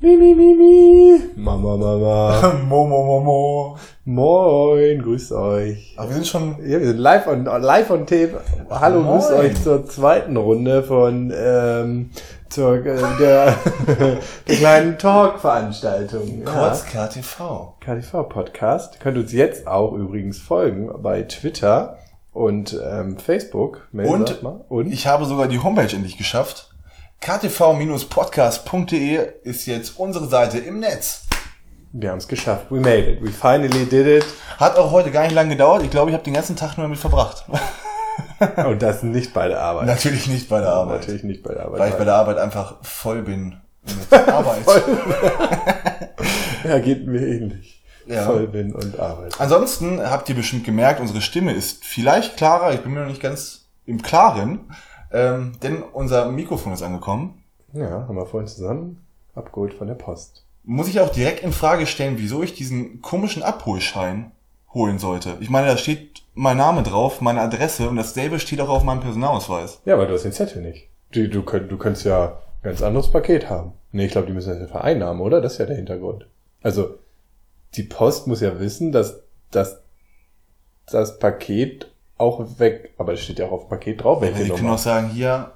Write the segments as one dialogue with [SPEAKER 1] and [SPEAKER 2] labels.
[SPEAKER 1] Mi, mi, mi, mi. Mama, Mama.
[SPEAKER 2] mo, mo, mo, mo.
[SPEAKER 1] Moin, grüßt euch.
[SPEAKER 2] Aber wir sind schon
[SPEAKER 1] Ja, wir sind live on, live on tape. Hallo,
[SPEAKER 2] Moin.
[SPEAKER 1] grüßt euch zur zweiten Runde von ähm, zur, äh, der, der kleinen Talk-Veranstaltung.
[SPEAKER 2] kurz KTV.
[SPEAKER 1] KDV-Podcast. Könnt uns jetzt auch übrigens folgen bei Twitter und ähm, Facebook. Meldet euch
[SPEAKER 2] Und,
[SPEAKER 1] mal. und
[SPEAKER 2] ich habe sogar die Homepage endlich geschafft. ktv-podcast.de E ist jetzt unsere Seite im Netz.
[SPEAKER 1] wir haben es geschafft. We made it. We finally did it.
[SPEAKER 2] Hat auch heute gar nicht lange gedauert. Ich glaube, ich habe den ganzen Tag nur damit verbracht.
[SPEAKER 1] Und das nicht bei der Arbeit.
[SPEAKER 2] Natürlich nicht bei der Arbeit.
[SPEAKER 1] Natürlich nicht bei der Arbeit.
[SPEAKER 2] Weil ich bei der Arbeit einfach voll bin mit Arbeit.
[SPEAKER 1] ja, geht mir ähnlich.
[SPEAKER 2] Ja.
[SPEAKER 1] Voll bin und Arbeit.
[SPEAKER 2] Ansonsten habt ihr bestimmt gemerkt, unsere Stimme ist vielleicht klarer. Ich bin mir noch nicht ganz im Klaren. Ähm, denn unser Mikrofon ist angekommen.
[SPEAKER 1] Ja, haben wir vorhin zusammen abgeholt von der Post.
[SPEAKER 2] muss ich auch direkt in Frage stellen, wieso ich diesen komischen Abholschein holen sollte. Ich meine, da steht mein Name drauf, meine Adresse und dasselbe steht auch auf meinem Personalausweis.
[SPEAKER 1] Ja, aber du hast den Zettel nicht. Du, du, könnt, du könntest ja ein ganz anderes Paket haben. Nee, ich glaube, die müssen das ja vereinnahmen, oder? Das ist ja der Hintergrund. Also, die Post muss ja wissen, dass, dass das Paket auch weg, aber es steht ja auch auf dem Paket drauf,
[SPEAKER 2] Ja,
[SPEAKER 1] welche
[SPEAKER 2] die können
[SPEAKER 1] Nummer.
[SPEAKER 2] auch sagen, hier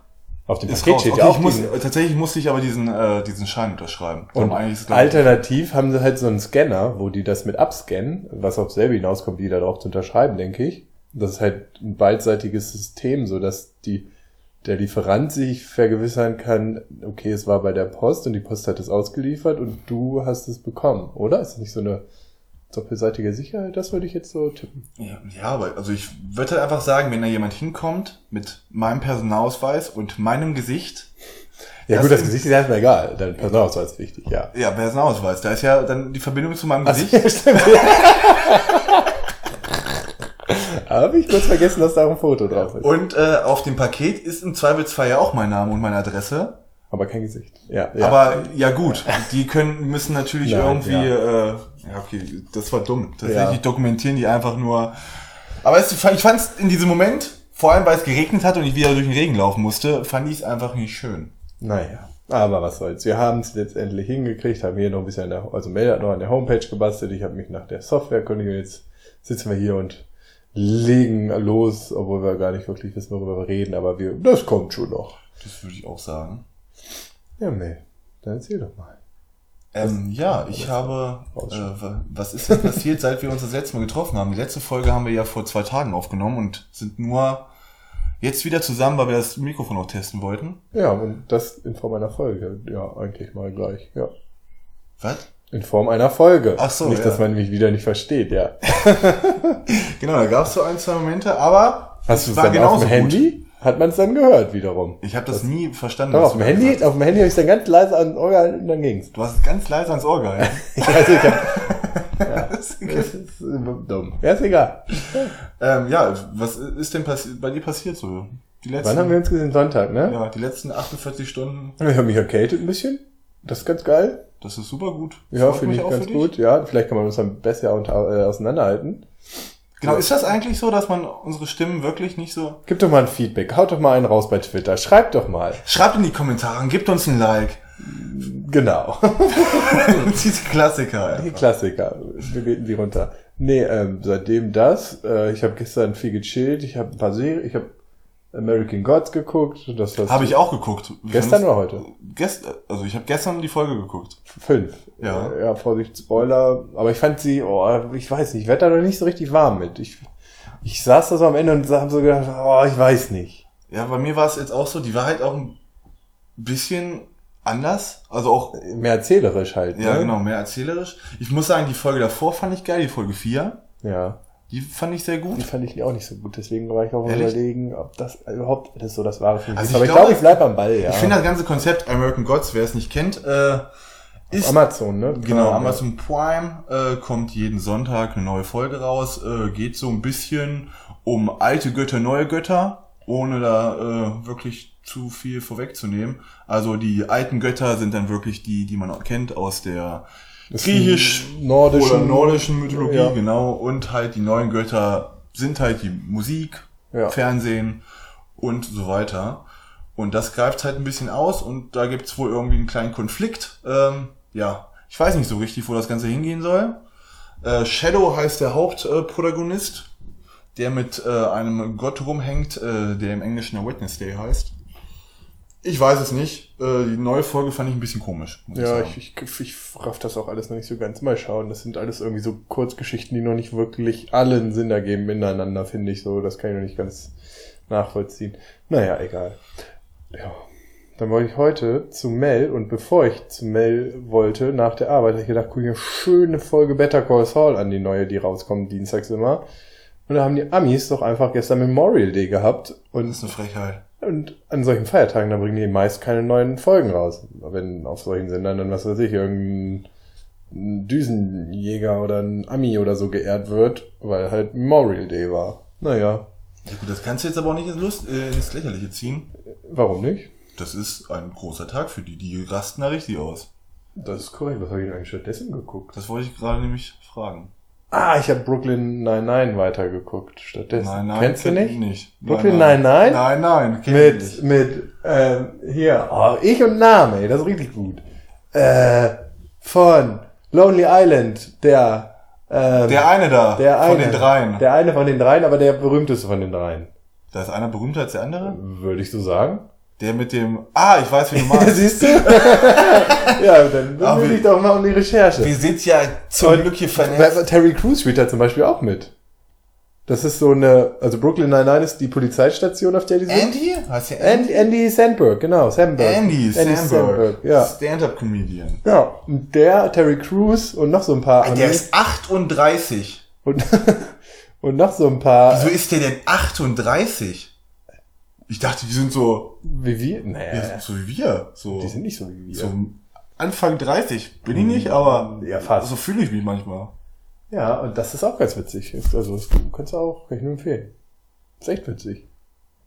[SPEAKER 1] Auf dem
[SPEAKER 2] ist
[SPEAKER 1] Paket
[SPEAKER 2] raus.
[SPEAKER 1] steht
[SPEAKER 2] Okay,
[SPEAKER 1] ja
[SPEAKER 2] ich
[SPEAKER 1] auch
[SPEAKER 2] muss,
[SPEAKER 1] diese-
[SPEAKER 2] tatsächlich musste ich aber diesen, äh, diesen Schein unterschreiben.
[SPEAKER 1] Und
[SPEAKER 2] Darum eigentlich ist es-
[SPEAKER 1] alternativ haben sie halt so einen Scanner, wo die das mit abscannen, was auf selbe hinauskommt, wie da drauf zu unterschreiben, denke ich. Das ist halt ein beidseitiges System, so dass die, der Lieferant sich vergewissern kann, okay, es war bei der Post und die Post hat es ausgeliefert und du hast es bekommen, oder? Ist das nicht so eine doppelseitige Sicherheit? Das würde ich jetzt so tippen.
[SPEAKER 2] Ja, ja, aber also ich würde halt einfach sagen, wenn da jemand hinkommt mit meinem Personalausweis und meinem Gesicht,
[SPEAKER 1] Ja
[SPEAKER 2] Das
[SPEAKER 1] gut, das
[SPEAKER 2] ist-
[SPEAKER 1] Gesicht ist erstmal egal. Dein Personalausweis ist wichtig, ja.
[SPEAKER 2] ja, Personalausweis, da ist ja dann die Verbindung zu meinem Gesicht.
[SPEAKER 1] ja, stimmt. Habe ich kurz vergessen, dass da auch ein Foto drauf ist.
[SPEAKER 2] Und äh, auf dem Paket ist im Zweifelsfall ja auch mein Name und meine Adresse.
[SPEAKER 1] Aber kein Gesicht. Ja, ja.
[SPEAKER 2] Aber ja gut, die können müssen natürlich
[SPEAKER 1] Nein,
[SPEAKER 2] irgendwie.
[SPEAKER 1] ja.
[SPEAKER 2] Äh, ja, okay, das war dumm. Tatsächlich
[SPEAKER 1] Ja.
[SPEAKER 2] dokumentieren die einfach nur. Aber es, ich fand es in diesem Moment, vor allem weil es geregnet hat und ich wieder durch den Regen laufen musste, fand ich es einfach nicht schön.
[SPEAKER 1] naja. Aber was soll's. Wir haben es letztendlich hingekriegt, haben hier noch ein bisschen an der, also Mel hat noch an der Homepage gebastelt, ich habe mich nach der Software erkundigt und jetzt sitzen wir hier und legen los, obwohl wir gar nicht wirklich wissen, worüber wir reden, aber wir, das kommt schon noch.
[SPEAKER 2] Das würde ich auch sagen.
[SPEAKER 1] Ja, Mel, dann erzähl doch mal.
[SPEAKER 2] Ähm, ja, ich habe. Äh,
[SPEAKER 1] Rausschneiden.
[SPEAKER 2] wa- was ist denn passiert, seit wir uns das letzte Mal getroffen haben? Die letzte Folge haben wir ja vor zwei Tagen aufgenommen und sind nur jetzt wieder zusammen, weil wir das Mikrofon noch testen wollten.
[SPEAKER 1] Ja, und das in Form einer Folge. Ja, eigentlich mal gleich, ja.
[SPEAKER 2] Was?
[SPEAKER 1] In Form einer Folge.
[SPEAKER 2] Ach so,
[SPEAKER 1] Nicht,
[SPEAKER 2] ja.
[SPEAKER 1] dass man mich wieder nicht versteht, ja.
[SPEAKER 2] Genau, da gab es so ein, zwei Momente, aber
[SPEAKER 1] Hast du es
[SPEAKER 2] war
[SPEAKER 1] dann auf dem
[SPEAKER 2] genauso gut.
[SPEAKER 1] Handy? Hat man es dann gehört wiederum?
[SPEAKER 2] Ich habe das, nie verstanden.
[SPEAKER 1] Doch,
[SPEAKER 2] was
[SPEAKER 1] auf dem
[SPEAKER 2] du
[SPEAKER 1] Handy,
[SPEAKER 2] gesagt
[SPEAKER 1] auf dem Handy habe ich dann ganz leise an Ohr gehalten und dann ging's.
[SPEAKER 2] hast. Du hast es ganz leise ans Ohr gehalten.
[SPEAKER 1] Ich weiß nicht, ich hab,
[SPEAKER 2] Das ist egal.
[SPEAKER 1] das ist äh, dumm. Ja, ist egal.
[SPEAKER 2] ähm, ja, was ist denn passi bei dir passiert so? Die letzten,
[SPEAKER 1] Wann haben wir uns gesehen? Sonntag, ne?
[SPEAKER 2] ja, die letzten 48 Stunden,
[SPEAKER 1] Ich habe mich erkältet ein bisschen. Das ist ganz geil.
[SPEAKER 2] das ist super gut.
[SPEAKER 1] Ja,
[SPEAKER 2] Freut
[SPEAKER 1] finde
[SPEAKER 2] mich
[SPEAKER 1] ich
[SPEAKER 2] auch
[SPEAKER 1] ganz
[SPEAKER 2] für dich.
[SPEAKER 1] gut. Ja, vielleicht kann man uns dann besser unter, äh, auseinanderhalten.
[SPEAKER 2] Genau, ist das eigentlich so, dass man unsere Stimmen wirklich nicht so...
[SPEAKER 1] Gib doch mal ein Feedback. Haut doch mal einen raus bei Twitter. Schreibt doch mal.
[SPEAKER 2] Schreibt in die Kommentare, gebt uns ein Like.
[SPEAKER 1] Genau.
[SPEAKER 2] Diese Klassiker.
[SPEAKER 1] Die Klassiker. Wir beten sie runter. Nee, ähm, seitdem das. Äh, ich habe gestern viel gechillt. Ich habe ein paar Serien. Ich habe American Gods geguckt. Das war's.
[SPEAKER 2] Habe ich auch geguckt. Wie
[SPEAKER 1] Gestern
[SPEAKER 2] fandest-
[SPEAKER 1] oder heute?
[SPEAKER 2] Gest also ich habe gestern die Folge geguckt.
[SPEAKER 1] Fünf.
[SPEAKER 2] Ja.
[SPEAKER 1] Äh, Ja, Vorsicht, Spoiler. Aber ich fand sie, oh, ich weiß nicht, ich werd da noch nicht so richtig warm mit. Ich, ich saß da so am Ende und habe so gedacht, oh, ich weiß nicht.
[SPEAKER 2] Ja, bei mir war es jetzt auch so, die war halt auch ein bisschen anders. Also auch
[SPEAKER 1] Mehr erzählerisch halt.
[SPEAKER 2] Ja,
[SPEAKER 1] ne?
[SPEAKER 2] genau, mehr erzählerisch. Ich muss sagen, die Folge davor fand ich geil, die Folge 4.
[SPEAKER 1] Ja.
[SPEAKER 2] Die fand ich sehr
[SPEAKER 1] Die
[SPEAKER 2] gut.
[SPEAKER 1] fand ich auch nicht so gut, deswegen war ich auch am
[SPEAKER 2] Ehrlich?
[SPEAKER 1] überlegen, ob das überhaupt alles so das wahre für mich ist.
[SPEAKER 2] Also ich
[SPEAKER 1] Aber ich
[SPEAKER 2] glaube,
[SPEAKER 1] glaube, ich bleib am Ball, ja.
[SPEAKER 2] Ich finde das ganze Konzept American Gods, wer es nicht kennt, äh, ist.
[SPEAKER 1] Amazon, ne?
[SPEAKER 2] Genau,
[SPEAKER 1] Ja.
[SPEAKER 2] Amazon Prime äh, kommt jeden Sonntag eine neue Folge raus. Äh, geht so ein bisschen um alte Götter, neue Götter, ohne da äh, wirklich zu viel vorwegzunehmen. Also die alten Götter sind dann wirklich die, die man auch kennt aus der
[SPEAKER 1] Das
[SPEAKER 2] griechisch
[SPEAKER 1] nordischen-
[SPEAKER 2] oder nordischen Mythologie,
[SPEAKER 1] Ja.
[SPEAKER 2] genau. Und halt die neuen Götter sind halt die Musik,
[SPEAKER 1] Ja.
[SPEAKER 2] Fernsehen und so weiter. Und das greift halt ein bisschen aus und da gibt's wohl irgendwie einen kleinen Konflikt, ähm, ja, ich weiß nicht so richtig, wo das Ganze hingehen soll. Äh, Shadow heißt der Hauptprotagonist, der mit äh, einem Gott rumhängt, äh, der im Englischen ja Wednesday heißt. Ich weiß es nicht. Äh, die neue Folge fand ich ein bisschen komisch. muss
[SPEAKER 1] Ja,
[SPEAKER 2] sagen.
[SPEAKER 1] ich, ich, ich raff das auch alles noch nicht so ganz. Mal schauen. Das sind alles irgendwie so Kurzgeschichten, die noch nicht wirklich allen Sinn ergeben ineinander, finde ich so. Das kann ich noch nicht ganz nachvollziehen. Naja, egal. Ja. Dann wollte ich heute zu Mel und bevor ich zu Mel wollte, nach der Arbeit, habe ich gedacht, guck ich eine schöne Folge Better Call Saul an, die neue, die rauskommt, dienstags immer. Und da haben die Amis doch einfach gestern Memorial Day gehabt und
[SPEAKER 2] Das ist eine Frechheit.
[SPEAKER 1] und an solchen Feiertagen, da bringen die meist keine neuen Folgen raus. Wenn auf solchen Sendern dann, was weiß ich, irgendein Düsenjäger oder ein Ami oder so geehrt wird, weil halt Memorial Day war. Naja,
[SPEAKER 2] Ja, gut, das kannst du jetzt aber auch nicht ins, Lust, äh, ins Lächerliche ziehen.
[SPEAKER 1] warum nicht?
[SPEAKER 2] Das ist ein großer Tag für die. Die rasten da richtig aus.
[SPEAKER 1] Das ist korrekt. Was habe ich denn eigentlich stattdessen geguckt?
[SPEAKER 2] Das wollte ich gerade nämlich fragen.
[SPEAKER 1] Ah, ich habe Brooklyn 99 weitergeguckt stattdessen.
[SPEAKER 2] Nein, nein.
[SPEAKER 1] Kennst du
[SPEAKER 2] kenn ich
[SPEAKER 1] nicht?
[SPEAKER 2] nicht.
[SPEAKER 1] Brooklyn Nine-Nine?
[SPEAKER 2] Nein, nein. kenn ich
[SPEAKER 1] Mit,
[SPEAKER 2] nicht.
[SPEAKER 1] mit, ähm, hier, oh, ich und Name, ey, das ist richtig gut. Äh, von Lonely Island, der, ähm,
[SPEAKER 2] Der eine da.
[SPEAKER 1] Der eine.
[SPEAKER 2] Von den dreien.
[SPEAKER 1] Der eine von den dreien, aber der berühmteste von den dreien.
[SPEAKER 2] da ist einer berühmter als der andere.
[SPEAKER 1] Würde ich so sagen.
[SPEAKER 2] Der mit dem... Ah, ich weiß, wie du meinst.
[SPEAKER 1] Siehst du? ja, dann
[SPEAKER 2] Ah,
[SPEAKER 1] bin
[SPEAKER 2] wie-
[SPEAKER 1] ich doch mal um die Recherche.
[SPEAKER 2] Wir sind ja zum Glück hier vernetzt.
[SPEAKER 1] Terry Crews spielt da zum Beispiel auch mit. Das ist so eine, also Brooklyn Nine-Nine ist die Polizeistation, auf der die sind.
[SPEAKER 2] Andy? Heißt der Andy?
[SPEAKER 1] Andy, Andy Sandberg, genau, Sandberg.
[SPEAKER 2] Andy Samberg.
[SPEAKER 1] ja.
[SPEAKER 2] Stand-Up-Comedian.
[SPEAKER 1] Ja, und der, Terry Crews und noch so ein paar
[SPEAKER 2] Ah, Der
[SPEAKER 1] andere-
[SPEAKER 2] ist 38.
[SPEAKER 1] und, und noch so ein paar
[SPEAKER 2] Wieso ist der denn 38? Ich dachte, die sind so,
[SPEAKER 1] wie wir. Naja,
[SPEAKER 2] ja. so wie wir. So,
[SPEAKER 1] Äh, die sind nicht so wie wir.
[SPEAKER 2] so Anfang 30. Bin ich nicht, aber
[SPEAKER 1] Ja, fast.
[SPEAKER 2] so fühle ich mich manchmal.
[SPEAKER 1] Ja, und das ist auch ganz witzig. Ist- Also das kannst du auch, kann ich nur empfehlen. Ist echt witzig.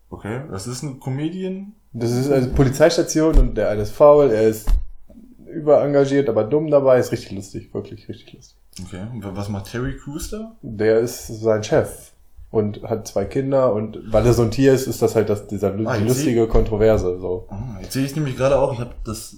[SPEAKER 2] Okay, das ist ein Comedian.
[SPEAKER 1] Das ist also Polizeistation und der eine ist faul, er ist überengagiert, aber dumm dabei, ist richtig lustig, wirklich richtig lustig.
[SPEAKER 2] Okay, und was macht Terry Crews da?
[SPEAKER 1] Der ist sein Chef und hat zwei Kinder und weil er so ein Tier ist, ist das halt das, dieser,
[SPEAKER 2] Ah,
[SPEAKER 1] die
[SPEAKER 2] ich
[SPEAKER 1] lustige Kontroverse. So.
[SPEAKER 2] Ah, jetzt sehe ich nämlich gerade auch, ich habe das,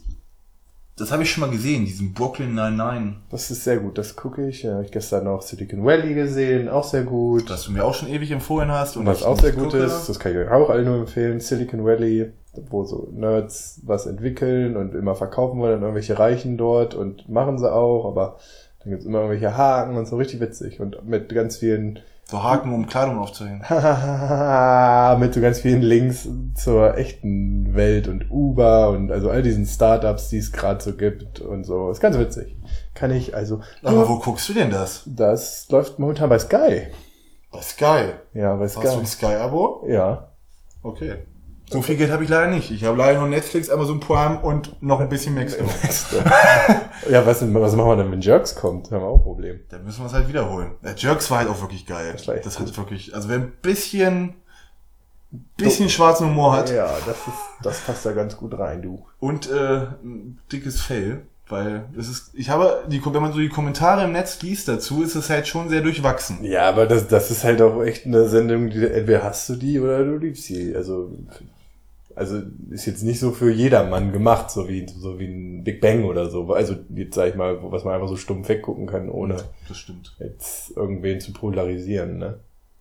[SPEAKER 2] das habe ich schon mal gesehen, diesen Brooklyn 99.
[SPEAKER 1] Das ist sehr gut, das gucke ich. Ja, habe ich gestern auch Silicon Valley gesehen, auch sehr gut.
[SPEAKER 2] Das du mir auch schon ewig empfohlen hast.
[SPEAKER 1] Und was
[SPEAKER 2] ich
[SPEAKER 1] auch
[SPEAKER 2] nicht
[SPEAKER 1] sehr gut
[SPEAKER 2] gucke.
[SPEAKER 1] ist, das kann ich euch auch allen nur empfehlen, Silicon Valley, wo so Nerds was entwickeln und immer verkaufen wollen an irgendwelche Reichen dort und machen sie auch, aber dann gibt's immer irgendwelche Haken und so richtig witzig und mit ganz vielen,
[SPEAKER 2] So Haken, um Kleidung aufzuhängen.
[SPEAKER 1] mit so ganz vielen Links zur echten Welt und Uber und also all diesen Startups, die es gerade so gibt und so. Ist ganz witzig. Kann ich also,
[SPEAKER 2] Aber wo guckst du denn das?
[SPEAKER 1] das läuft momentan bei Sky.
[SPEAKER 2] Bei Sky.
[SPEAKER 1] Ja, bei
[SPEAKER 2] Hast du
[SPEAKER 1] Sky.
[SPEAKER 2] ein Sky-Abo?
[SPEAKER 1] Ja.
[SPEAKER 2] Okay. So viel Geld habe ich leider nicht. Ich habe leider nur Netflix, Amazon Prime und noch ein bisschen Maxdome.
[SPEAKER 1] Ja, was, was machen wir denn, wenn Jerks kommt? Haben wir auch ein Problem.
[SPEAKER 2] Dann müssen wir es halt wiederholen. Der Jerks war halt auch wirklich geil.
[SPEAKER 1] Das war echt
[SPEAKER 2] das hat wirklich, also wer ein bisschen, bisschen schwarzen Humor hat
[SPEAKER 1] Ja, das ist, das passt da ganz gut rein, du.
[SPEAKER 2] und äh, ein dickes Fell, weil es ist, ich habe, die, wenn man so die Kommentare im Netz liest dazu, ist es halt schon sehr durchwachsen.
[SPEAKER 1] Ja, aber das, das ist halt auch echt eine Sendung, die, entweder hast du die oder du liebst sie. Also, also ist jetzt nicht so für jedermann gemacht, so wie, so wie ein Big Bang oder so. Also jetzt sag ich mal, was man einfach so stumpf weggucken kann, ohne
[SPEAKER 2] Das stimmt.
[SPEAKER 1] jetzt irgendwen zu polarisieren, ne?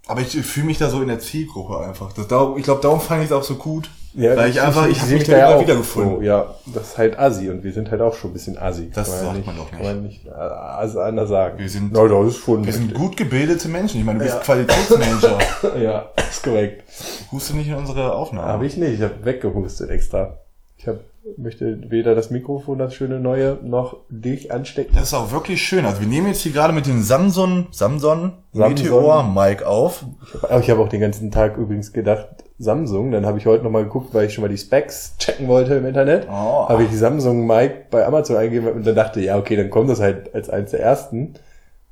[SPEAKER 2] Aber ich fühle mich da so in der Zielgruppe einfach. Das, darum- ich glaube, darum fand ich es auch so gut.
[SPEAKER 1] Ja,
[SPEAKER 2] weil ich, einfach, ich, hab
[SPEAKER 1] seh
[SPEAKER 2] mich da
[SPEAKER 1] ja
[SPEAKER 2] immer
[SPEAKER 1] auch
[SPEAKER 2] wiedergefunden.
[SPEAKER 1] So, ja, das ist halt Assi und wir sind halt auch schon ein bisschen Assi.
[SPEAKER 2] Das
[SPEAKER 1] Kann
[SPEAKER 2] sagt
[SPEAKER 1] nicht,
[SPEAKER 2] man doch nicht.
[SPEAKER 1] Kann man nicht äh, also anders sagen.
[SPEAKER 2] Wir sind-
[SPEAKER 1] Na, das ist schon
[SPEAKER 2] Wir sind
[SPEAKER 1] richtig.
[SPEAKER 2] gut gebildete Menschen. Ich meine, du bist
[SPEAKER 1] Ja.
[SPEAKER 2] Qualitätsmanager.
[SPEAKER 1] Ja, ist korrekt.
[SPEAKER 2] Huste nicht in unsere Aufnahme.
[SPEAKER 1] Habe ich nicht, ich habe weggehustet extra. Ich hab, möchte weder das Mikrofon, das schöne neue, noch dich anstecken.
[SPEAKER 2] Das ist auch wirklich schön. Also wir nehmen jetzt hier gerade mit dem Samson, Samson,
[SPEAKER 1] Samson.
[SPEAKER 2] Meteor Mike auf.
[SPEAKER 1] Ich habe ich hab auch den ganzen Tag übrigens gedacht, Samsung. Dann habe ich heute nochmal geguckt, weil ich schon mal die Specs checken wollte im Internet.
[SPEAKER 2] Oh.
[SPEAKER 1] Habe ich Samsung Mic bei Amazon eingegeben und dann dachte, ja, okay, dann kommt das halt als eins der ersten.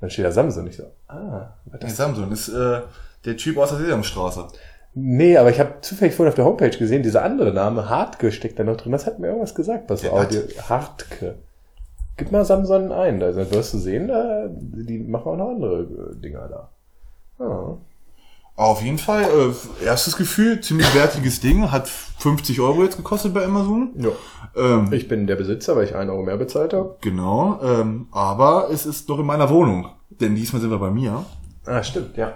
[SPEAKER 1] Dann steht da Samsung. Ich so, ah, was
[SPEAKER 2] Nee,
[SPEAKER 1] das?
[SPEAKER 2] Samson ist äh, der Typ aus der Sesamstraße.
[SPEAKER 1] Nee, aber ich habe zufällig vorhin auf der Homepage gesehen, dieser andere Name, Hartke, steckt da noch drin. Das hat mir irgendwas gesagt, was so
[SPEAKER 2] Der hat-
[SPEAKER 1] Audio. Hartke. Gib mal Samson ein. Da wirst du sehen, da, die machen auch noch andere äh, Dinger da. Ah.
[SPEAKER 2] Auf jeden Fall, äh, erstes Gefühl, ziemlich wertiges Ding, hat 50 Euro jetzt gekostet bei Amazon.
[SPEAKER 1] Ja.
[SPEAKER 2] Ähm,
[SPEAKER 1] Ich bin der Besitzer, weil ich einen Euro mehr bezahlt habe.
[SPEAKER 2] genau, ähm, aber es ist noch in meiner Wohnung, denn diesmal sind wir bei mir.
[SPEAKER 1] Ah, stimmt, ja.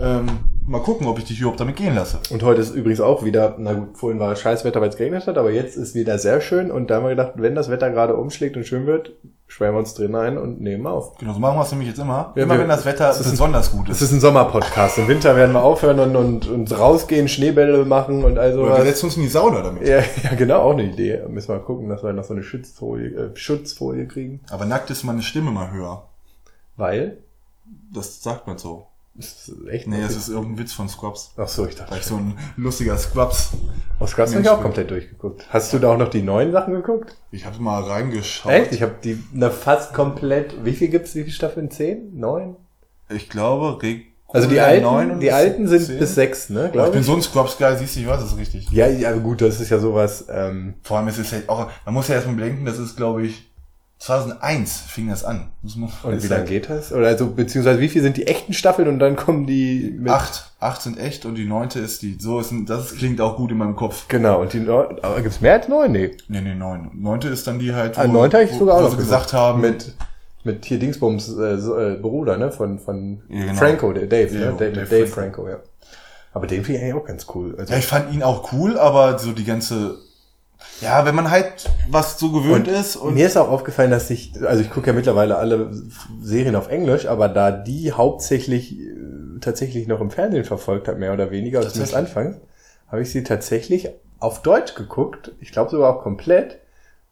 [SPEAKER 2] Ähm, mal gucken, ob ich dich überhaupt damit gehen lasse.
[SPEAKER 1] Und heute ist übrigens auch wieder, na gut, vorhin war Scheißwetter, weil es geregnet hat, aber jetzt ist wieder sehr schön und da haben wir gedacht, wenn das Wetter gerade umschlägt und schön wird, schwellen wir uns drin ein und nehmen auf.
[SPEAKER 2] Genau, so machen wir es nämlich jetzt immer.
[SPEAKER 1] Ja,
[SPEAKER 2] immer
[SPEAKER 1] wir-
[SPEAKER 2] wenn das Wetter
[SPEAKER 1] es ist ein-
[SPEAKER 2] besonders gut
[SPEAKER 1] Es
[SPEAKER 2] ist.
[SPEAKER 1] ist ein Sommerpodcast. Im Winter werden wir aufhören und, und, und rausgehen, Schneebälle machen und all
[SPEAKER 2] Oder wir
[SPEAKER 1] sowas.
[SPEAKER 2] setzen uns in die Sauna damit.
[SPEAKER 1] Ja, ja, genau, auch eine Idee. Müssen wir mal gucken, dass wir noch so eine Schutzfolie, äh, Schutzfolie kriegen.
[SPEAKER 2] Aber nackt ist meine Stimme mal höher.
[SPEAKER 1] Weil?
[SPEAKER 2] Das sagt man so.
[SPEAKER 1] Das ist echt
[SPEAKER 2] Nee, das ist irgendein Witz von Scrubs.
[SPEAKER 1] Ach so, ich dachte.
[SPEAKER 2] Weil ich so ein lustiger Scrubs.
[SPEAKER 1] Aus Scrubs habe ich auch komplett durchgeguckt. Hast du da auch noch die neuen Sachen geguckt?
[SPEAKER 2] Ich habe mal reingeschaut.
[SPEAKER 1] Echt? Ich habe die na, fast komplett. Wie viel gibt's? Wie viele Staffeln? Zehn? Neun?
[SPEAKER 2] Ich glaube, Reg
[SPEAKER 1] Also die
[SPEAKER 2] Regula neun
[SPEAKER 1] alten,
[SPEAKER 2] und
[SPEAKER 1] die alten sind
[SPEAKER 2] zehn.
[SPEAKER 1] bis sechs, ne?
[SPEAKER 2] Oh, Ich
[SPEAKER 1] Glaube
[SPEAKER 2] bin
[SPEAKER 1] ich.
[SPEAKER 2] so ein Scrubs-Guy, siehst du, ich weiß es richtig.
[SPEAKER 1] Ja, ja, aber gut, das ist ja sowas. Ähm,
[SPEAKER 2] Vor allem ist es halt auch, man muss ja erstmal bedenken, das ist, glaube ich, 2001 fing das an. Muss man,
[SPEAKER 1] und
[SPEAKER 2] ist
[SPEAKER 1] wie lange
[SPEAKER 2] halt-
[SPEAKER 1] geht das? Oder also beziehungsweise wie viel sind die echten Staffeln und dann kommen die mit.
[SPEAKER 2] Acht, acht sind echt und die neunte ist die, so ist, ein- das klingt auch gut in meinem Kopf.
[SPEAKER 1] Genau, und die neun. Aber gibt's mehr als neun? Nee.
[SPEAKER 2] Nee, nee, neun. Neunte ist dann die halt,
[SPEAKER 1] Ah, neun habe ich
[SPEAKER 2] wo-
[SPEAKER 1] sogar auch
[SPEAKER 2] wo
[SPEAKER 1] noch
[SPEAKER 2] sie gesagt
[SPEAKER 1] geguckt.
[SPEAKER 2] haben,
[SPEAKER 1] Mit, mit hier Dingsbums äh, so, äh, Bruder, ne? Von, von
[SPEAKER 2] Ja, genau.
[SPEAKER 1] Franco, der Dave,
[SPEAKER 2] Ja,
[SPEAKER 1] ne? Dave,
[SPEAKER 2] Dave
[SPEAKER 1] Dave, Franco, ja. Aber den finde ich eigentlich auch ganz cool. Also,
[SPEAKER 2] ja, ich fand ihn auch cool, aber so die ganze, ja, wenn man halt was so gewöhnt ist und,
[SPEAKER 1] mir ist auch aufgefallen, dass ich, also ich gucke ja mittlerweile alle Serien auf Englisch, aber da die hauptsächlich äh, tatsächlich noch im Fernsehen verfolgt hat, mehr oder weniger, also zumindest anfangs, habe ich sie tatsächlich auf Deutsch geguckt. Ich glaube sogar auch komplett.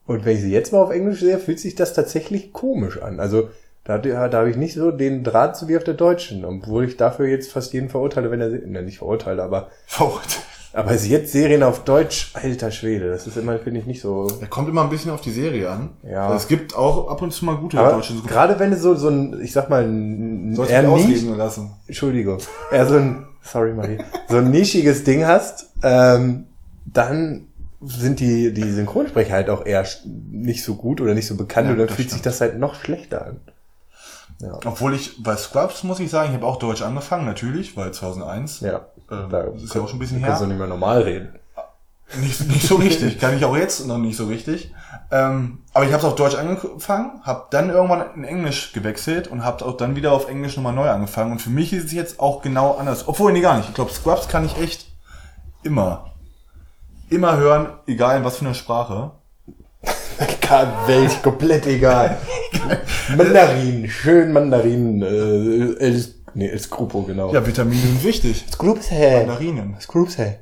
[SPEAKER 1] Und wenn ich sie jetzt mal auf Englisch sehe, fühlt sich das tatsächlich komisch an. Also da, da habe ich nicht so den Draht zu wie auf der deutschen, obwohl ich dafür jetzt fast jeden verurteile, wenn er, se- na nicht verurteile, aber,
[SPEAKER 2] verrückt.
[SPEAKER 1] aber jetzt Serien auf Deutsch, alter Schwede, das ist immer, finde ich, nicht so
[SPEAKER 2] Da kommt immer ein bisschen auf die Serie an. Also
[SPEAKER 1] Ja.
[SPEAKER 2] Es gibt auch ab und zu mal gute
[SPEAKER 1] Aber
[SPEAKER 2] deutsche Synchro-
[SPEAKER 1] gerade wenn du so, so ein, ich sag mal, ein
[SPEAKER 2] Sollst
[SPEAKER 1] eher
[SPEAKER 2] du mich
[SPEAKER 1] nisch,
[SPEAKER 2] auslesen lassen.
[SPEAKER 1] Entschuldigung, eher so ein, sorry Marie, so ein nischiges Ding hast, ähm, dann sind die, die Synchronsprecher halt auch eher sch- nicht so gut oder nicht so bekannt
[SPEAKER 2] Ja,
[SPEAKER 1] und dann
[SPEAKER 2] das
[SPEAKER 1] fühlt sich das halt noch schlechter an. Ja,
[SPEAKER 2] Obwohl ich bei Scrubs muss ich sagen, ich habe auch Deutsch angefangen, natürlich, weil 2001.
[SPEAKER 1] ja.
[SPEAKER 2] Ähm,
[SPEAKER 1] da
[SPEAKER 2] das ist ja auch schon ein bisschen
[SPEAKER 1] da
[SPEAKER 2] her.
[SPEAKER 1] kannst du nicht mehr normal reden.
[SPEAKER 2] Nicht, nicht so richtig, kann ich auch jetzt noch nicht so richtig. Ähm, aber ich habe es auf Deutsch angefangen, habe dann irgendwann in Englisch gewechselt und habe auch dann wieder auf Englisch nochmal neu angefangen. Und für mich ist es jetzt auch genau anders. Obwohl, nee, gar nicht. Ich glaube, Scrubs kann ich echt immer, immer hören, egal in was für einer Sprache.
[SPEAKER 1] Egal, welch, komplett egal. Mandarinen, schön Mandarinen, äh, El, nee, El Scrupo, genau.
[SPEAKER 2] Ja, Vitamine sind wichtig.
[SPEAKER 1] Scroops, hey.
[SPEAKER 2] Mandarinen.
[SPEAKER 1] Scroops, hey.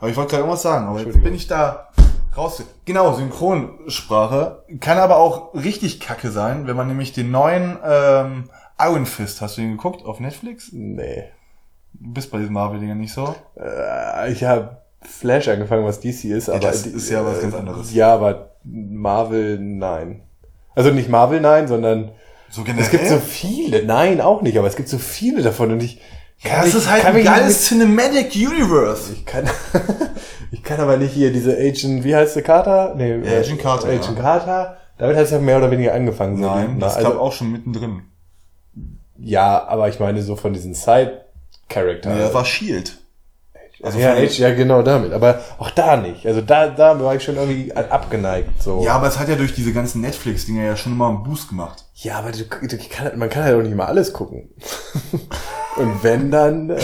[SPEAKER 2] Aber ich wollte gerade irgendwas sagen, aber jetzt bin ich da raus. Genau, Synchronsprache kann aber auch richtig kacke sein, wenn man nämlich den neuen ähm, Iron Fist, hast du ihn geguckt auf Netflix?
[SPEAKER 1] Nee.
[SPEAKER 2] Du bist bei diesen Marvel-Dingern nicht so.
[SPEAKER 1] Äh, Ich habe Flash angefangen, was DC ist, aber äh,
[SPEAKER 2] das ist ja was ganz anderes.
[SPEAKER 1] Ja, aber Marvel nein. Also nicht Marvel nein, sondern
[SPEAKER 2] So generell.
[SPEAKER 1] es gibt so viele. Nein, auch nicht, aber es gibt so viele davon und ich
[SPEAKER 2] ja, das
[SPEAKER 1] ich-
[SPEAKER 2] ist halt
[SPEAKER 1] kann
[SPEAKER 2] ein
[SPEAKER 1] mich
[SPEAKER 2] geiles Cinematic Universe.
[SPEAKER 1] nicht- Ich kann, ich kann aber nicht hier diese Agent, wie heißt der Carter? Nee, äh,
[SPEAKER 2] Ja, Agent Carter,
[SPEAKER 1] Agent
[SPEAKER 2] ja.
[SPEAKER 1] Carter. Damit hast du ja mehr oder weniger angefangen. so die-
[SPEAKER 2] Nein,
[SPEAKER 1] na,
[SPEAKER 2] das
[SPEAKER 1] also,
[SPEAKER 2] kam auch schon mittendrin.
[SPEAKER 1] ja, aber ich meine so von diesen Side-Character.
[SPEAKER 2] Nee, das war Shield. Also
[SPEAKER 1] ja,
[SPEAKER 2] von-
[SPEAKER 1] Age, ja, genau damit. Aber auch da nicht. Also da, da war ich schon irgendwie abgeneigt. So.
[SPEAKER 2] Ja, aber es hat ja durch diese ganzen Netflix-Dinger ja schon immer einen Boost gemacht.
[SPEAKER 1] ja aber du, du kann, halt- man kann halt auch nicht mal alles gucken. Und wenn dann. Äh,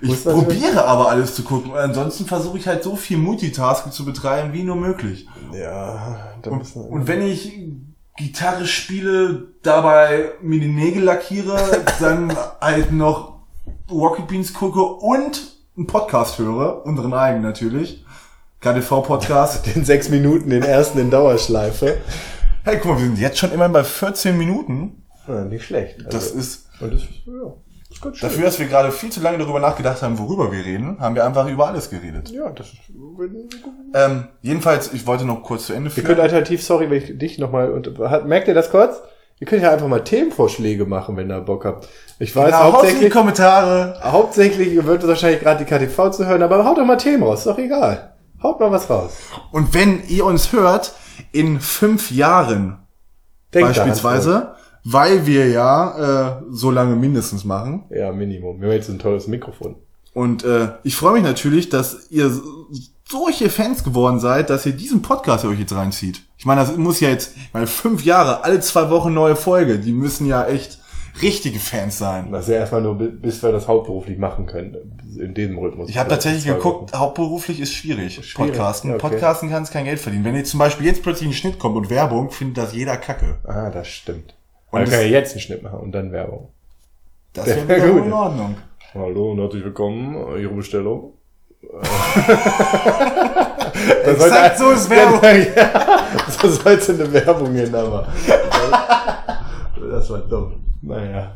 [SPEAKER 2] Ich
[SPEAKER 1] muss man-
[SPEAKER 2] probiere aber alles zu gucken. Ansonsten versuche ich halt so viel Multitasking zu betreiben, wie nur möglich.
[SPEAKER 1] Ja, da
[SPEAKER 2] Und,
[SPEAKER 1] muss man-
[SPEAKER 2] und wenn ich Gitarre spiele, dabei mir die Nägel lackiere, dann halt noch Rocket Beans gucke und einen Podcast höre, unseren eigenen natürlich. KDV-Podcast.
[SPEAKER 1] in sechs Minuten den ersten in Dauerschleife.
[SPEAKER 2] Hey, guck mal, wir sind jetzt schon immerhin bei 14 Minuten.
[SPEAKER 1] Ja, nicht schlecht.
[SPEAKER 2] Das
[SPEAKER 1] Also,
[SPEAKER 2] ist,
[SPEAKER 1] und das, ja, ist ganz schön.
[SPEAKER 2] dafür, dass wir gerade viel zu lange darüber nachgedacht haben, worüber wir reden, haben wir einfach über alles geredet.
[SPEAKER 1] ja, das ist. Wir
[SPEAKER 2] Ähm, jedenfalls, ich wollte noch kurz zu Ende führen.
[SPEAKER 1] können alternativ, sorry, wenn ich dich nochmal. Merkt ihr das kurz? Ihr könnt ja einfach mal Themenvorschläge machen, wenn ihr Bock habt. Ich weiß
[SPEAKER 2] Na, haut in die
[SPEAKER 1] hauptsächlich.
[SPEAKER 2] Kommentare.
[SPEAKER 1] Hauptsächlich wird es wahrscheinlich gerade die KTV zu hören, aber haut doch mal Themen raus, ist doch egal. Haut mal was raus.
[SPEAKER 2] Und wenn ihr uns hört, in fünf Jahren
[SPEAKER 1] Denkt daran.
[SPEAKER 2] beispielsweise, weil wir ja äh, so lange mindestens machen.
[SPEAKER 1] Ja, Minimum. Wir haben jetzt ein tolles Mikrofon.
[SPEAKER 2] Und äh, ich freue mich natürlich, dass ihr so- solche Fans geworden seid, dass ihr diesen Podcast euch jetzt reinzieht. Ich meine, das muss ja jetzt, ich meine, fünf Jahre, alle zwei Wochen neue Folge, die müssen ja echt richtige Fans sein.
[SPEAKER 1] Das ist ja erstmal nur, bi- bis wir das hauptberuflich machen können. In diesem Rhythmus.
[SPEAKER 2] Ich habe tatsächlich
[SPEAKER 1] Zwei
[SPEAKER 2] geguckt, hauptberuflich ist schwierig. Podcasten.
[SPEAKER 1] okay.
[SPEAKER 2] Podcasten kannst kein Geld verdienen. Wenn jetzt zum Beispiel jetzt plötzlich ein Schnitt kommt und Werbung, findet das jeder Kacke.
[SPEAKER 1] Wochen. Ah, das stimmt.
[SPEAKER 2] Und
[SPEAKER 1] Man
[SPEAKER 2] es-
[SPEAKER 1] kann ja jetzt einen Schnitt machen und dann Werbung.
[SPEAKER 2] Das
[SPEAKER 1] Ja,
[SPEAKER 2] wäre wiederum
[SPEAKER 1] gut.
[SPEAKER 2] in Ordnung.
[SPEAKER 1] Hallo und herzlich willkommen. Ihre Bestellung.
[SPEAKER 2] Das
[SPEAKER 1] sollte
[SPEAKER 2] Exakt so ist Werbung.
[SPEAKER 1] so sollte eine Werbung hin, aber. das war dumm. Naja.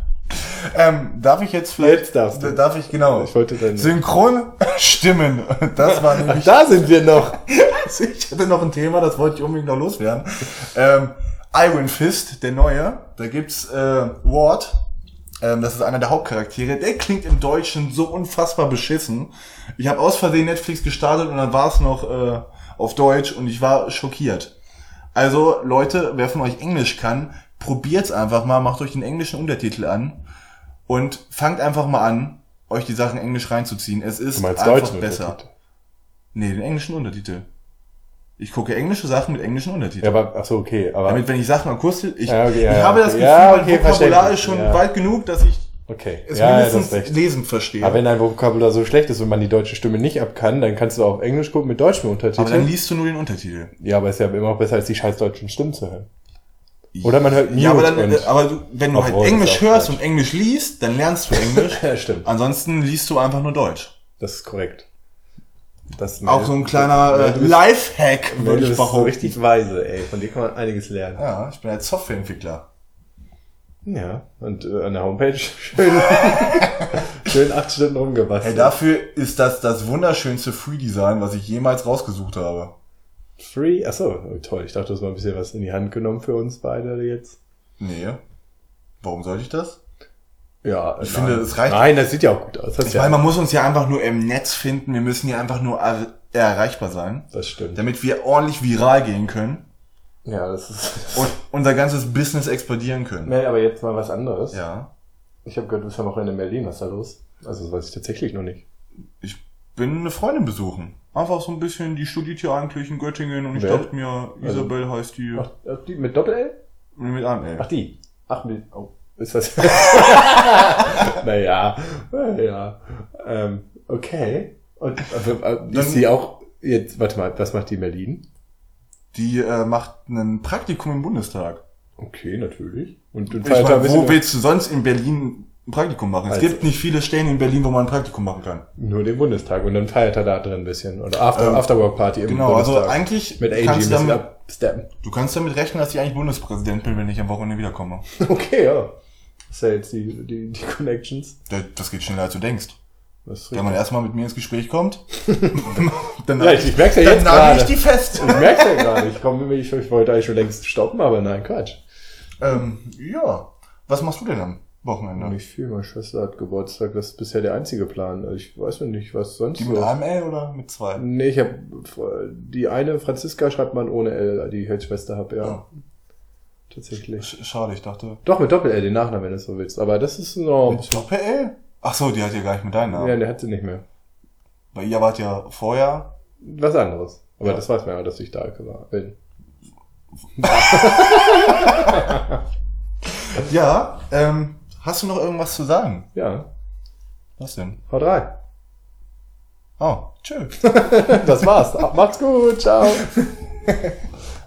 [SPEAKER 2] Ähm, darf ich jetzt vielleicht?
[SPEAKER 1] Jetzt darfst du.
[SPEAKER 2] Darf ich genau?
[SPEAKER 1] Ich wollte deine-
[SPEAKER 2] Synchronstimmen. Das war nämlich.
[SPEAKER 1] Da sind wir noch.
[SPEAKER 2] Also, ich hatte noch ein Thema, das wollte ich unbedingt noch loswerden. Ähm, Iron Fist, der neue. Da gibt's äh, Ward. Ähm, das ist einer der Hauptcharaktere. Der klingt im Deutschen so unfassbar beschissen. Ich habe aus Versehen Netflix gestartet und dann war es noch äh, auf Deutsch und ich war schockiert. Also Leute, wer von euch Englisch kann, probiert's einfach mal, macht euch den englischen Untertitel an und fangt einfach mal an, euch die Sachen englisch reinzuziehen. Es ist
[SPEAKER 1] meinst
[SPEAKER 2] einfach
[SPEAKER 1] deutschen
[SPEAKER 2] besser.
[SPEAKER 1] Untertitel?
[SPEAKER 2] Nee, den englischen Untertitel. Ich gucke englische Sachen mit englischen
[SPEAKER 1] Ja,
[SPEAKER 2] Untertiteln.
[SPEAKER 1] aber, ach so, okay, aber.
[SPEAKER 2] Damit, wenn ich Sachen akustisch, ich,
[SPEAKER 1] Ja, okay, ja,
[SPEAKER 2] ich
[SPEAKER 1] ja,
[SPEAKER 2] habe das
[SPEAKER 1] okay.
[SPEAKER 2] Gefühl,
[SPEAKER 1] Ja,
[SPEAKER 2] mein
[SPEAKER 1] okay,
[SPEAKER 2] Vokabular
[SPEAKER 1] verständlich,
[SPEAKER 2] ist schon
[SPEAKER 1] ja.
[SPEAKER 2] weit genug, dass ich
[SPEAKER 1] okay.
[SPEAKER 2] es
[SPEAKER 1] Ja, ja, das
[SPEAKER 2] mindestens
[SPEAKER 1] ist recht.
[SPEAKER 2] lesend verstehe.
[SPEAKER 1] Aber wenn dein Vokabular so schlecht ist und man die deutsche Stimme nicht ab kann, dann kannst du auch auf Englisch gucken mit deutschen
[SPEAKER 2] Aber dann
[SPEAKER 1] Untertiteln.
[SPEAKER 2] liest du nur den Untertitel.
[SPEAKER 1] ja, aber ist ja immer noch besser, als die scheiß deutschen Stimmen zu hören. Oder man hört
[SPEAKER 2] Ja, aber,
[SPEAKER 1] Mute
[SPEAKER 2] dann,
[SPEAKER 1] und-
[SPEAKER 2] aber du, wenn du halt
[SPEAKER 1] Obwohl, das
[SPEAKER 2] Englisch
[SPEAKER 1] ist auch
[SPEAKER 2] hörst
[SPEAKER 1] Deutsch.
[SPEAKER 2] und Englisch liest, dann lernst du Englisch.
[SPEAKER 1] Ja, stimmt.
[SPEAKER 2] Ansonsten liest du einfach nur Deutsch.
[SPEAKER 1] Das ist korrekt. Das
[SPEAKER 2] Auch so ein kleiner äh, Lifehack,
[SPEAKER 1] Wenn
[SPEAKER 2] würde
[SPEAKER 1] du
[SPEAKER 2] ich
[SPEAKER 1] bist so
[SPEAKER 2] behaupten.
[SPEAKER 1] richtig weise, ey. Von dir kann man einiges lernen.
[SPEAKER 2] Ja, ich bin als Softwareentwickler.
[SPEAKER 1] Ja. Und äh, an der Homepage schön, schön acht Stunden
[SPEAKER 2] Ey,
[SPEAKER 1] rumgebastelt.
[SPEAKER 2] dafür ist das das wunderschönste Free-Design, was ich jemals rausgesucht habe.
[SPEAKER 1] Free? Achso, oh, toll. Ich dachte, du hast mal ein bisschen was in die Hand genommen für uns beide jetzt.
[SPEAKER 2] Nee. Warum sollte ich das?
[SPEAKER 1] Ja, ich
[SPEAKER 2] finde, es reicht-
[SPEAKER 1] Nein, das sieht ja auch gut aus. Das, ist
[SPEAKER 2] Ich meine,
[SPEAKER 1] ja,
[SPEAKER 2] man muss uns ja einfach nur im Netz finden. Wir müssen ja einfach nur er erreichbar sein,
[SPEAKER 1] das stimmt.
[SPEAKER 2] damit wir ordentlich viral gehen können
[SPEAKER 1] Ja, das ist.
[SPEAKER 2] und unser ganzes Business explodieren können.
[SPEAKER 1] Nee, aber jetzt mal was anderes.
[SPEAKER 2] Ja.
[SPEAKER 1] Ich habe gehört, du bist am Wochenende in Berlin. Was ist da los? Also, das weiß ich tatsächlich noch nicht.
[SPEAKER 2] Ich bin eine Freundin besuchen. Einfach so ein bisschen, die studiert hier eigentlich in Göttingen und ich
[SPEAKER 1] Wer? Also-
[SPEAKER 2] dachte mir, Isabel heißt die
[SPEAKER 1] Ach, ach, die mit Doppel-L?
[SPEAKER 2] mit einem L.
[SPEAKER 1] Ach, die. Ach, mit. Oh, ist das. naja, naja. Ähm, okay. Und äh, äh,
[SPEAKER 2] Dann-
[SPEAKER 1] ist die auch. Jetzt, warte mal, was macht die in Berlin?
[SPEAKER 2] Die äh, macht ein Praktikum im Bundestag.
[SPEAKER 1] Okay, natürlich. Und du
[SPEAKER 2] Ich meine, wo
[SPEAKER 1] bisschen
[SPEAKER 2] willst du sonst in Berlin ein Praktikum machen? Es
[SPEAKER 1] Also-
[SPEAKER 2] gibt nicht viele Stellen in Berlin, wo man ein Praktikum machen kann.
[SPEAKER 1] nur den Bundestag und dann feiert er da drin ein bisschen. Oder After,
[SPEAKER 2] Ähm,
[SPEAKER 1] Afterwork-Party im
[SPEAKER 2] Genau,
[SPEAKER 1] Bundestag.
[SPEAKER 2] also eigentlich
[SPEAKER 1] mit AG ein
[SPEAKER 2] kannst du
[SPEAKER 1] bisschen
[SPEAKER 2] damit
[SPEAKER 1] absteppen.
[SPEAKER 2] Du kannst damit rechnen, dass ich eigentlich Bundespräsident bin, wenn ich am Wochenende wiederkomme.
[SPEAKER 1] Okay, ja. Das ist ja jetzt die, die, die Connections.
[SPEAKER 2] Das, das geht schneller, als du denkst.
[SPEAKER 1] Das ist
[SPEAKER 2] Wenn man erstmal mit mir ins Gespräch kommt, dann
[SPEAKER 1] Ja, ich, ich merk's ja
[SPEAKER 2] dann
[SPEAKER 1] jetzt
[SPEAKER 2] nagel ich
[SPEAKER 1] gerade.
[SPEAKER 2] die
[SPEAKER 1] Ich
[SPEAKER 2] fest.
[SPEAKER 1] merk's ja gerade. Ich, komm, ich, ich wollte eigentlich schon längst stoppen, aber nein, Quatsch.
[SPEAKER 2] ähm, ja, was machst du denn am Wochenende?
[SPEAKER 1] Nicht viel, meine Schwester hat Geburtstag. Das ist bisher der einzige Plan. Also Ich weiß noch nicht, was sonst
[SPEAKER 2] Die mit
[SPEAKER 1] so.
[SPEAKER 2] einem L oder mit zwei?
[SPEAKER 1] Nee, ich habe die eine Franziska schreibt man ohne L, die ich als Schwester habe, ja.
[SPEAKER 2] Ja.
[SPEAKER 1] Tatsächlich.
[SPEAKER 2] Sch schade, ich dachte.
[SPEAKER 1] Doch mit Doppel L den Nachnamen, wenn du es so willst. Aber das ist noch.
[SPEAKER 2] Doppel L? Ach so, die hat ja gar nicht mit deinem Namen.
[SPEAKER 1] Ja, der hat sie nicht mehr.
[SPEAKER 2] Bei ihr wart ja vorher.
[SPEAKER 1] Was anderes. Aber
[SPEAKER 2] Ja.
[SPEAKER 1] das weiß man ja, dass ich da war- bin.
[SPEAKER 2] Ja, ähm, hast du noch irgendwas zu sagen?
[SPEAKER 1] Ja, ne?
[SPEAKER 2] Was denn?
[SPEAKER 1] haut rein.
[SPEAKER 2] Oh, tschö.
[SPEAKER 1] Das war's. Macht's gut. Ciao.